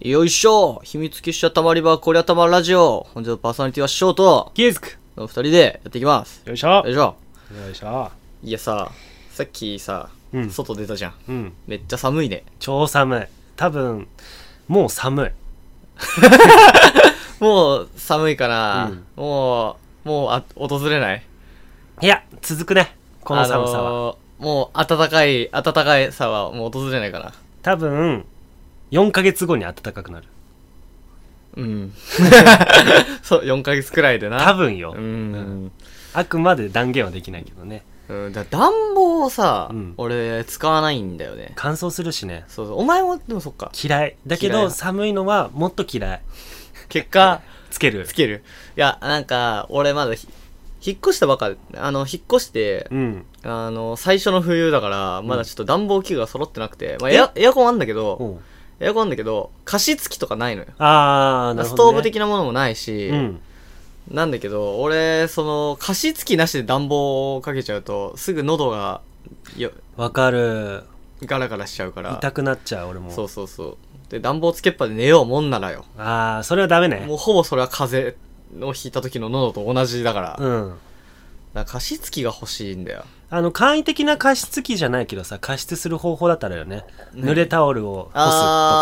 よいしょ秘密結社たまり場こりゃたまラジオ本日のパーソナリティはショートキーズクの二人でやっていきますよいしょよいしょよいしょいやささっきさ、うん外出たじゃんうんめっちゃ寒いね超寒い多分もう寒いもう寒いから、うんもうもうあ訪れないいや続くねこの寒さは、あのーもう暖かい暖かいさはもう訪れないから多分4ヶ月後に暖かくなるうん そう4ヶ月くらいでな多分よ、うん、あくまで断言はできないけどねうん、だから暖房をさ、うん俺使わないんだよね乾燥するしねそうそうお前もでもそっか嫌いだけ嫌いどな寒いのはもっと嫌い結果つけるつけるいやなんか俺まだひ引っ越したばっかであの引っ越してうんあの最初の冬だからまだちょっと暖房器具が揃ってなくて、まあ、エアエアコンあんだけどおうエアコンあんだけど加湿器とかないのよ、ああなるスほトど、ーね、ブ的なものもないし、うんなんだけど俺その加湿器なしで暖房をかけちゃうとすぐ喉がよわかるガラガラしちゃうから痛くなっちゃう俺もそうそうそうで暖房つけっぱで寝ようもんならよああそれはダメねもうほぼそれは風邪をひいた時の喉と同じだから,、だかうんら加湿器が欲しいんだよあの簡易的な加湿器じゃないけどさ加湿する方法だったらよね、ね濡れタオルを干すとかさ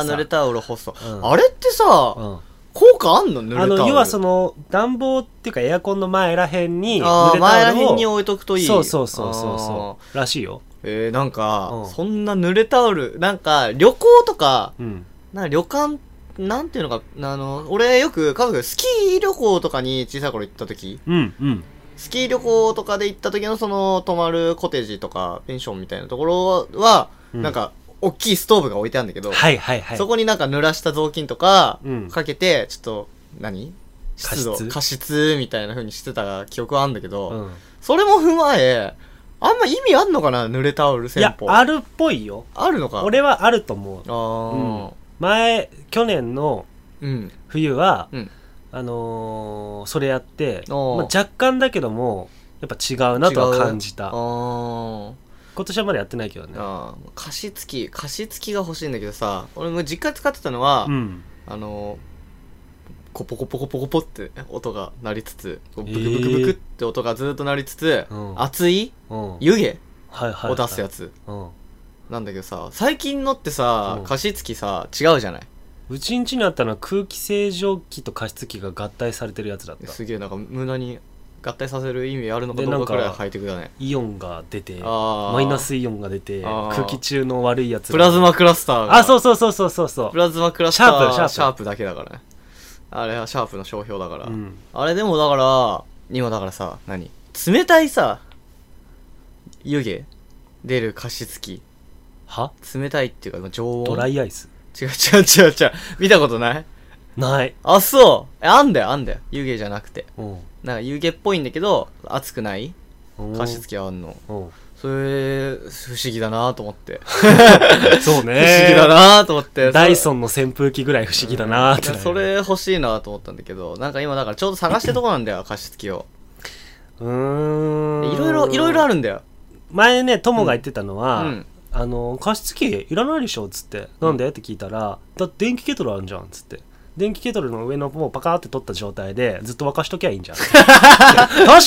あー濡れタオル干すと、うんあれってさ、うん、効果あんの濡れタあオルの要はそのの暖房っていうかエアコンの前らへんにあ濡ーれ前らタオルを辺に置いとくといいそうそうそうそうそうらしいよ、うえー、なんか、うんそんな濡れタオルなんか旅行とかうん、なんか旅館なんていうのかあの俺よく家族でスキー旅行とかに小さい頃行った時うんうんスキー旅行とかで行った時のその泊まるコテージとかペンションみたいなところは、うんなんか大きいストーブが置いてあるんだけど、はいはいはいそこになんか濡らした雑巾とかうんかけて、ちょっと何湿度加湿加湿みたいな風にしてた記憶はあるんだけど、うん、それも踏まえあんま意味あんのかな濡れタオルい戦や法あるっぽいよあるのか俺はあると思うあー前去年のうん冬は、うんあのーそれやって、まあおー、若干だけどもやっぱ違うなとは感じあたー今年はまだやってないけどねあー加湿器加湿器が欲しいんだけどさ俺も実家使ってたのは、うんあのコポコポコポコポって音が鳴りつつこうえブクーブクブクって音がずっと鳴りつつ、うん熱いうん湯気はいはいを出すやつ、つうん、なんだけどさ最近のってさうん加湿器さ違うじゃないうちんちにあったのは空気清浄機と加湿器が合体されてるやつだったすげえなんか無駄に合体させる意味あるのかでどうなんかかくらいハイテクだねイオンが出てあーマイナスイオンが出てあー空気中の悪いやつがプラズマクラスターがあそうそうそうそうそうそプラズマクラスターシャープシャープシャープだけだからねあれはシャープの商標だから、う、うん、あれでもだから今だからさ何冷たいさ湯気出る加湿器は冷たいっていうか常温ドライアイス違う違う違う違う見たことないない、あそうえあんだよあんだよ湯気じゃなくてうんなんか湯気っぽいんだけど熱くないうん、加湿器あんのうんそれ不思議だなと思って、そうね不思議だなと思ってダイソンンの扇風機ぐらい不思議だなーって、それ欲しいなと思ったんだけどなんか今だからちょうど探してるとこなんだよ加湿器をうーんいろいろいろいろあるんだよ前ね友が言ってたのは、うんあの加湿器いらないでしょっつってなんでって聞いたらだって電気ケトルあるじゃんっつって電気ケトルの上のもうパカーって取った状態でずっと沸かしときゃいい んじゃん確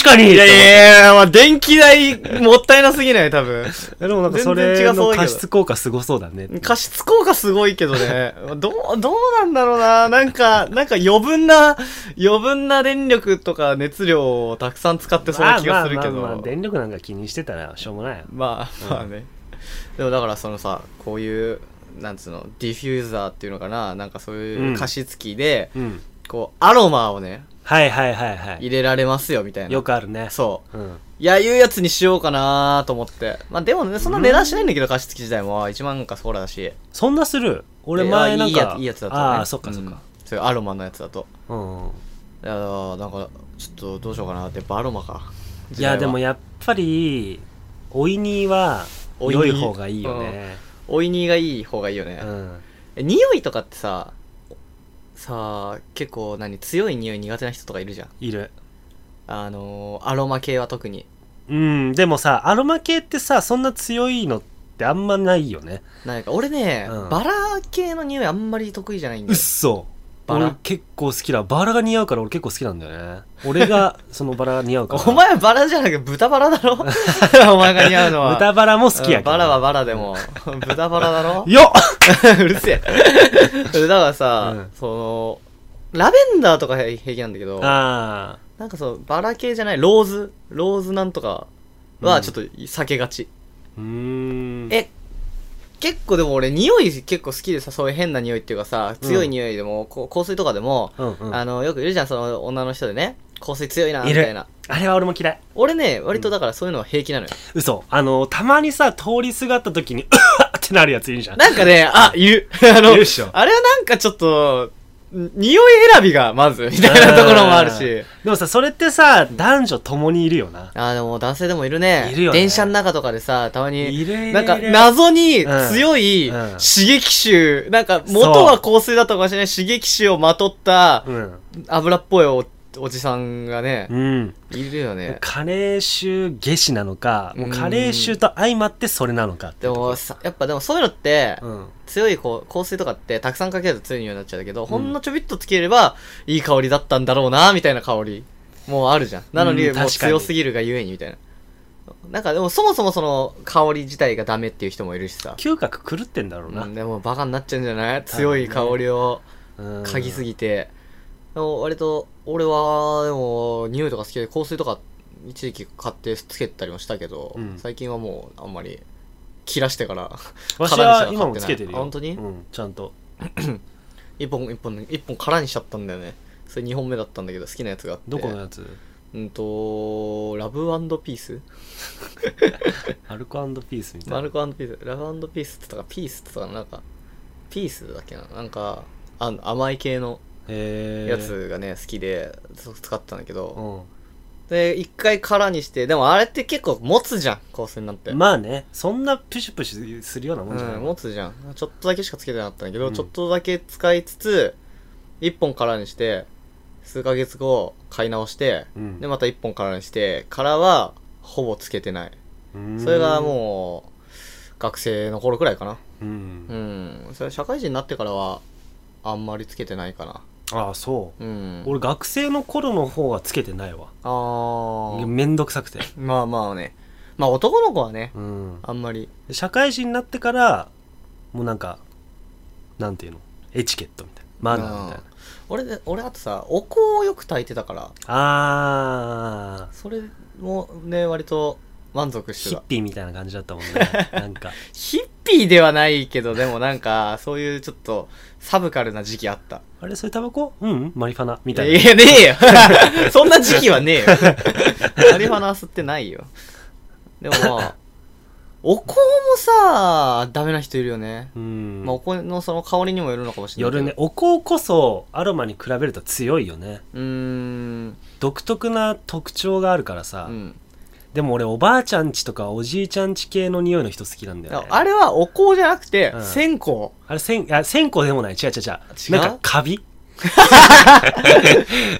かにいやいやいや、まあ、電気代もったいなすぎない多分。でもなんかそ全然違れうそうのだけど加湿効果すごそうだね加湿効果すごいけどね。どう、どうなんだろうな。なんか、なんか余分な、余分な電力とか熱量をたくさん使ってそうな気がするけど。まあまあまあまあまあ電力なんか気にしてたらしょうもないよまあ、ね。でもだからそのさ、こういう、なんつうの、ディフューザーっていうのかな。なんかそういううん加湿器で、うんこう、アロマをね、はいはいはいは入れられますよみたいいなよ。くあるねそう。うんいや、いうやつにしようかなと思って。まあでもね、そんな値段しないんだけど、加湿器自体も。1万かそこらだし。そんなする俺前なんいやかいいやついいやつだった、ね、ああそっかそっかうんそういうアロマのやつだとうんいやだからなんかちょっとどうしようかなってやっぱアロマかいやでもややっぱりおいにはおい良にい方がいいよねおいにがいい方がいいよね、うんえ匂いとかってささあ結構何強い匂い苦手な人とかいるじゃんいるあのーアロマ系は特にうんでもさアロマ系ってさそんな強いのってあんまないよねなんか俺ね、うんバラ系の匂いあんまり得意じゃないんうだっよ。そバラ俺結構好きだバラが似合うから俺結構好きなんだよね 俺がそのバラが似合うからお前はバラじゃなくて豚バラだろ お前が似合うの は。豚バラも好きやうんけど、バラはバラでも。 豚バラだろよっうるせえ。 だからさ、うんその、ラベンダーとか平気なんだけど、あなんかそう、バラ系じゃない、ローズ、ローズなんとかうはんちょっと避けがち。ーうーんえ、結構でも俺匂い結構好きでさ、そういう変な匂いっていうかさ、強い匂いでも、こう香水とかでも、うんうん、ああの、よくいるじゃん、その女の人でね、香水強いな、いみるたいな。れは俺も嫌い俺ね、割とだからそういうのは平気なのよ。嘘あのたまにさ通りすがった時にうわっってなるやついるじゃんなんか ね、あ、いる。 あの、いるっしょあれはなんかちょっと、ん匂い選びがまず、みたいなところもあるし。でもさそれってさ男女共にいるよなあー、でも男性でもいるね。いるよね電車の中とかでさ、たまに。いるいるなんか、いる謎に強いうんうん刺激種、なんか、元は香水だったかもしれない刺激種をまとったうん、油っぽいおおじさんがね、うん、いるよね。カレー臭夏至なのかもうカレー臭と相まってそれなのかってでとこもさ、やっぱでもそういうのって、うん強いこう香水とかってたくさんかけると強い匂いになっちゃうんだけど、ほんのちょびっとつければいい香りだったんだろうなみたいな香りもうあるじゃんなのにうんもう確かに強すぎるがゆえにみたいななんかでもそもそもその香り自体がダメっていう人もいるしさ、嗅覚狂ってんだろうなうん、でもバカになっちゃうんじゃない強い香りを嗅ぎすぎぎて、でも割と俺はでも匂いとか好きで香水とか一時期買ってつけたりもしたけど、うん最近はもうあんまり切らしてから わしは今もつけてるよあ本当にうん、ちゃんと一本一本一本空にしちゃったんだよねそれ2本目だったんだけど好きなやつがあってどこのやつうんとラブピースアルコピースみたいなマルコピースラブピースって言ったかピースって言ったかななんかピースだっけななんかあの甘い系のへーやつがね、好きでそう使ってたんだけうど、で一回空にしてでもあれって結構持つじゃん香水になって、んまあねそんなプシュプシュするようなもんじゃない、うん、持つじゃんちょっとだけしかつけてなかったんだけど、うんちょっとだけ使いつつ1本空にして数ヶ月後買い直してうんでまた1本からにしてからはほぼつけてないそれがもう学生の頃くらいかなうん、うんそれ社会人になってからはあんまりつけてないかなああそううん俺学生の頃の方がつけてないわあーめんどくさくて、まあまあねまあ男の子はねうん、あんまり社会人になってからもうなんかなんていうのエチケットみたいなマナーみたいな俺で俺あとさお香をよく炊いてたからあーそれもね割と満足しヒてッたピーみたいな感じだったもん ねなんかヒッピーではないけどでもなん かそういうちょっとサブカルな時期あったあれそれタバコうんマリファナみいたやいいなやねえよ そんな時期はねえよマリファナ吸ってないよでもまあお香もさダメな人いるよね、うんまあ、お香のその香りにもよるのかもしれないけ夜どねお香こそアロマに比べると強いよねうーん独特な特徴があるからさ、うんでも俺おばあちゃんちとかおじいちゃんち系の匂いの人好きなんだよ、ね、あれはお香じゃなくてうん線香、あれ線あ線香でもない違う違う違違ううなんかカ ビ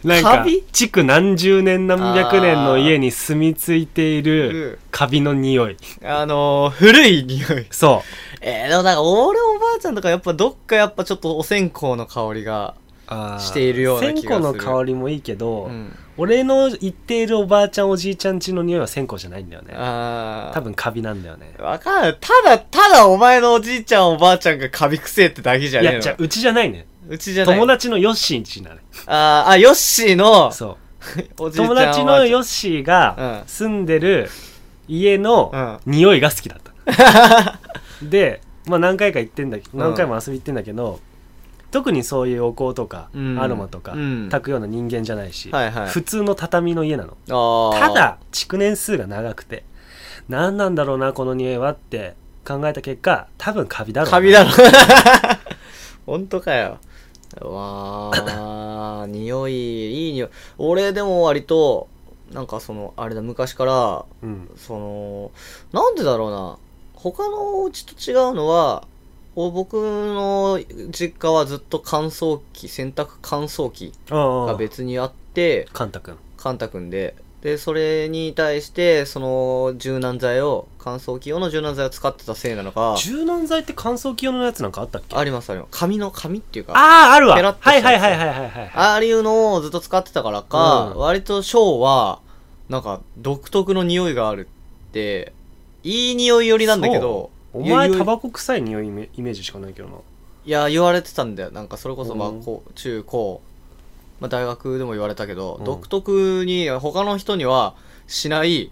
なんカかビ築何十年何百年の家に住み着いていうんるカビの匂いあのー古い匂いそえー、でもなんか俺おばあちゃんとかやっぱどっかやっぱちょっとお線香の香りが、うしているような気がする線香の香りもいいけど、うん、俺の言っているおばあちゃんおじいちゃんちの匂いは線香じゃないんだよねあ多分カビなんだよねわかんない。ただ、ただお前のおじいちゃんおばあちゃんがカビくせえってだけじゃいねえやのじゃあうちじゃないねうちじゃない。友達のヨッシーんちなのあーあ、ヨッシー のそうおじいちゃん友おばあちゃ達んのヨッシーがうん住んでる家のう匂いが好きだった、 で、まあ、何回か行ってんだけうん何回も遊び行ってんだけど、特にそういうお香とか、うんアロマとか、うん炊くような人間じゃないし、はいはい普通の畳の家なのあーた、だ築年数が長くて何なんだろうなこの匂いはって考えた結果多分カビだろうなカビ だろ。本当かよ。わあ、匂い、いい匂い。俺でも割と、なんかその、あれだ、昔から、うんその、なんでだろうな。他のお家と違うのは、お僕の実家はずっと乾燥機、洗濯乾燥機ああが別にあって、カンタ君カンタくんで、でそれに対してその柔軟剤を乾燥機用の柔軟剤を使ってたせいなのか柔軟剤って乾燥機用のやつなんかあったっけあありますあります紙の紙っていうかあーあるわペラッとしたはいやつはいはいはいはいはいああいうのをずっと使ってたからか、うん割とショーはなんか独特の匂いがあるっていい匂いよりなんだけどお前言うタバコ臭い匂いイメイメージしかないけどないや言われてたんだよなんかそれこそまあうんこう中高、まあ、大学でも言われたけど、うん独特に他の人にはしない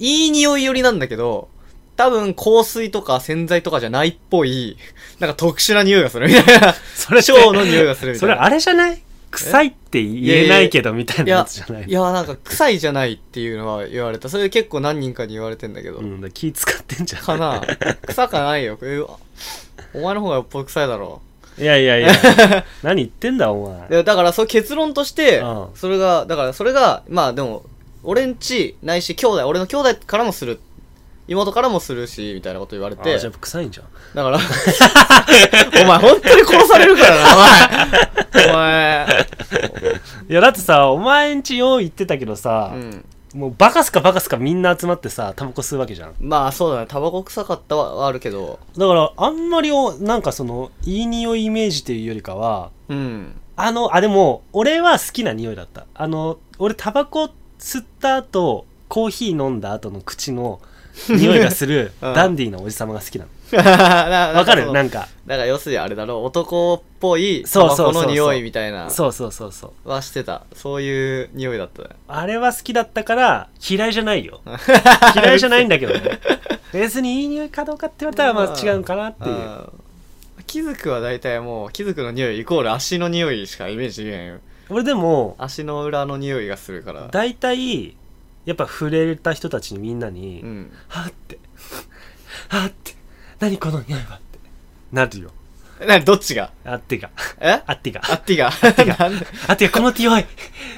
いい匂いよりなんだけど多分香水とか洗剤とかじゃないっぽいなんか特殊な匂いがする みたいなそれショーの匂いがするみたそいれなあれじゃない臭いって言えないけどみたいいなややつじゃないいやなんか臭いじゃないっていうのは言われたそれ結構何人かに言われてんだけど、うん、だから気使ってんじゃんかな臭かないよえお前の方がよっぽど臭いだろいやいやいや 何言ってんだお前でだからそう結論として、うんそれがだからそれがまあでも俺んちないし兄弟俺の兄弟からもする妹からもするしみたいなこと言われあてじゃあ臭いんじゃんだから お前本当に殺されるからな お前いやだってさお前んちよう言ってたけどさお、前、うん、もうバカすかバカすかみんな集まってさタバコ吸うわけじゃんまあそうだねタバコ臭かったははあるけどだからあんまりおなんかそのいい匂いイメージっていうよりかはうん あのあでも俺は好きな匂いだったあの俺タバコ吸った後コーヒー飲んだ後の口 の匂いがするうんダンディーなおじさまが好きなのわわかるなんかだから要するにあれだろ男っぽいタそうバそうコそうそうの匂いみたいなそうそうそうそうはしてたそういう匂いだったねあれは好きだったから嫌いじゃない よ嫌いじゃないんだけど ね別にいい匂いかどうかって言われたらまあ違うかなっていうあー気づくは大体もう気づくの匂いイコール足の匂いしかイメージできないよ俺でも足の裏の匂いがするから大体やっぱ触れた人たちにみんなに「うんはあ」って「はあ」って「何この匂いは」ってなるよえなにどっちがあってかえあってかあっちがなんであってかこの匂い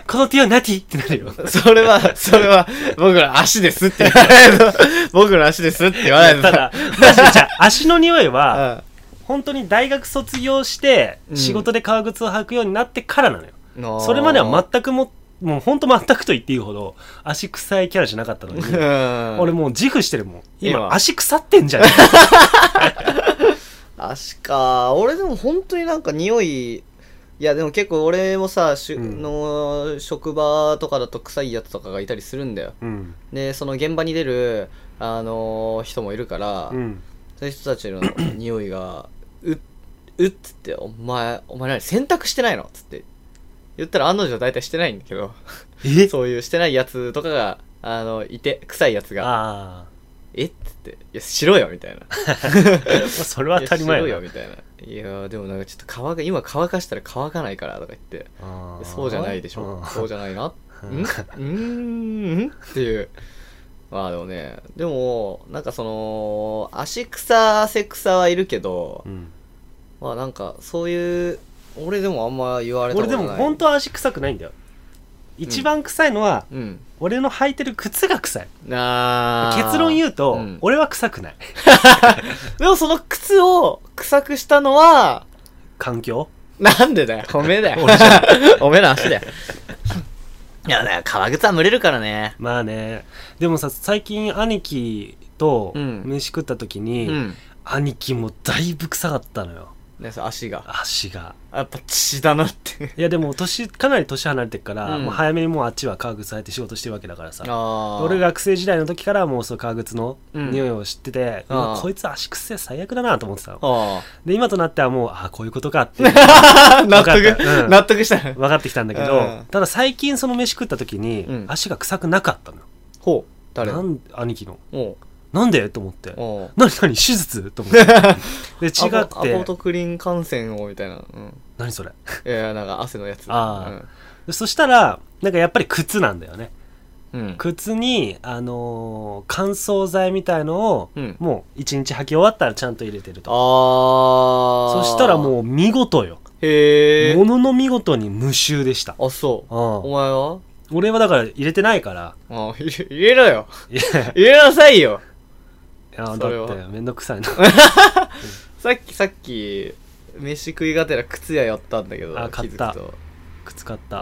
この匂い何ってなるよそれはそれは僕ら足ですって言わないと僕ら足ですって言わないとただマジでじゃ あ足の匂いはあ本当に大学卒業してうん仕事で革靴を履くようになってからなのよそれまでは全くももう本当全くと言っていいほど足臭いキャラじゃなかったのに俺俺もう自負してるもんいい今わ足腐ってんじゃん足か俺でも本当になんか匂いいやでも結構俺もさ、しゅうんの職場とかだと臭いやつとかがいたりするんだ ようんでその現場に出る、あのー人もいるから、うんそういう人たちの匂いが「うっ」うっつって「お前お前何洗濯してないの?」っつって言ったら案の定大体してないんだけどえそういうしてないやつとかがあのいて臭いやつがあ「えっ?」つって「いやしろよ」みたいなあそれは当たりい前やしだろよみたいな「いやーでもなんかちょっと乾か今乾かしたら乾かないから」とか言ってあ「ーそうじゃないでしょうんそうじゃないな」うんんうーんっていうまあでもねでもなんかその足草汗草はいるけどうんまあなんかそういう俺でもあんま言われたこ俺とでないも本当は足臭くないんだよ一番臭いのはうん俺の履いてる靴が臭いあー結論言うとん俺は臭くないでもその靴を臭くしたのは環境なんでだよおめえだ よおめえの足だよいやね革靴は蒸れるからねまあねでもさ最近兄貴とうん飯食った時うに、ん兄貴もだいぶ臭かったのよねそう足が足がやっぱ血だな っていやでも年かなり年離れてるから、うんもう早めにもうあっちは革靴履いて仕事してるわけだからさあー俺学生時代の時からもうその革靴のうん匂いを知ってて、うわあーこいつ足癖最悪だなと思ってたのあで今となってはもうああこういうことかって分あ 納わかったう得ん納得したかってきたんだけど、うんただ最近その飯食った時に、うん足が臭くなかったのよほう誰なおうん兄貴のおなんでと思ってう何何手術と思って で違アポアポっトてクリン感染をみたいなうん何それいやいやなんか汗のやつあでそしたらなんかやっぱり靴なんだよねうんうん靴に、あのー乾燥剤みたいのを、うんもう一日履き終わったらちゃんと入れてるとあそしたらうもう見事よへえものの見事に無臭でしたあそううんお前は俺はだから入れてないからあ入れ入れろよいやい入れなさいよやだっそれはてめんど くさいなさっきさっき飯食いがてら靴屋やったんだけどあ買った気づくと靴買ったう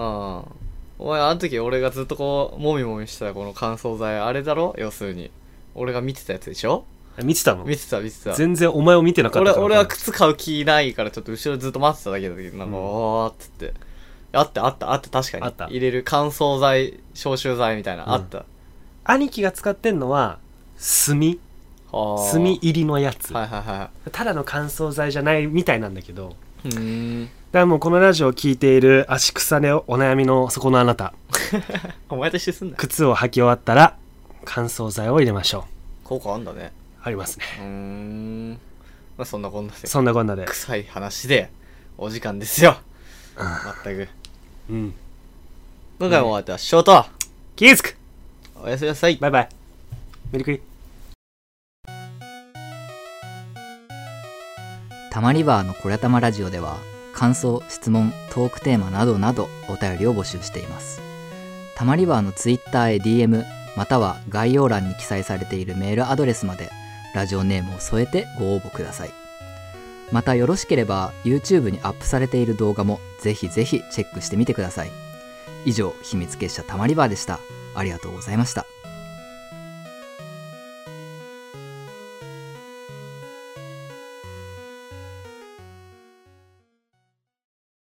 お前あの時俺がずっとこうもみもみしてたこの乾燥剤あれだろ要するに俺が見てたやつでしょ見てたの見てた見てた全然お前を見てなかった俺から俺は靴買う気ないからちょっと後ろずっと待ってただけだけどなんか、うんおーっつってあったあったあった確かにあった入れる乾燥剤消臭剤みたいな、うんあった兄貴が使ってんのは炭炭炭入りのやつ、はいはいはただの乾燥剤じゃないみたいなんだけどいうーんだからもうこのラジオを聞いている足草でお悩みのそこのあなたお前と一緒にすんな靴を履き終わったら乾燥剤を入れましょ効果あんだねうありますねうーんまあそんなこんなでそんなこんなで臭い話でお時間ですよまったくうん今回もお相手はショート気ぃつくおやすみなさいバイバイメリクリたまリバーのこれたまラジオでは感想質問トークテーマなどなどお便りを募集していますたまリバーのツイッターへ DM または概要欄に記載されているメールアドレスまでラジオネームを添えてご応募くださいまたよろしければ YouTube にアップされている動画もぜひぜひチェックしてみてください以上秘密結社たまリバーでしたありがとうございました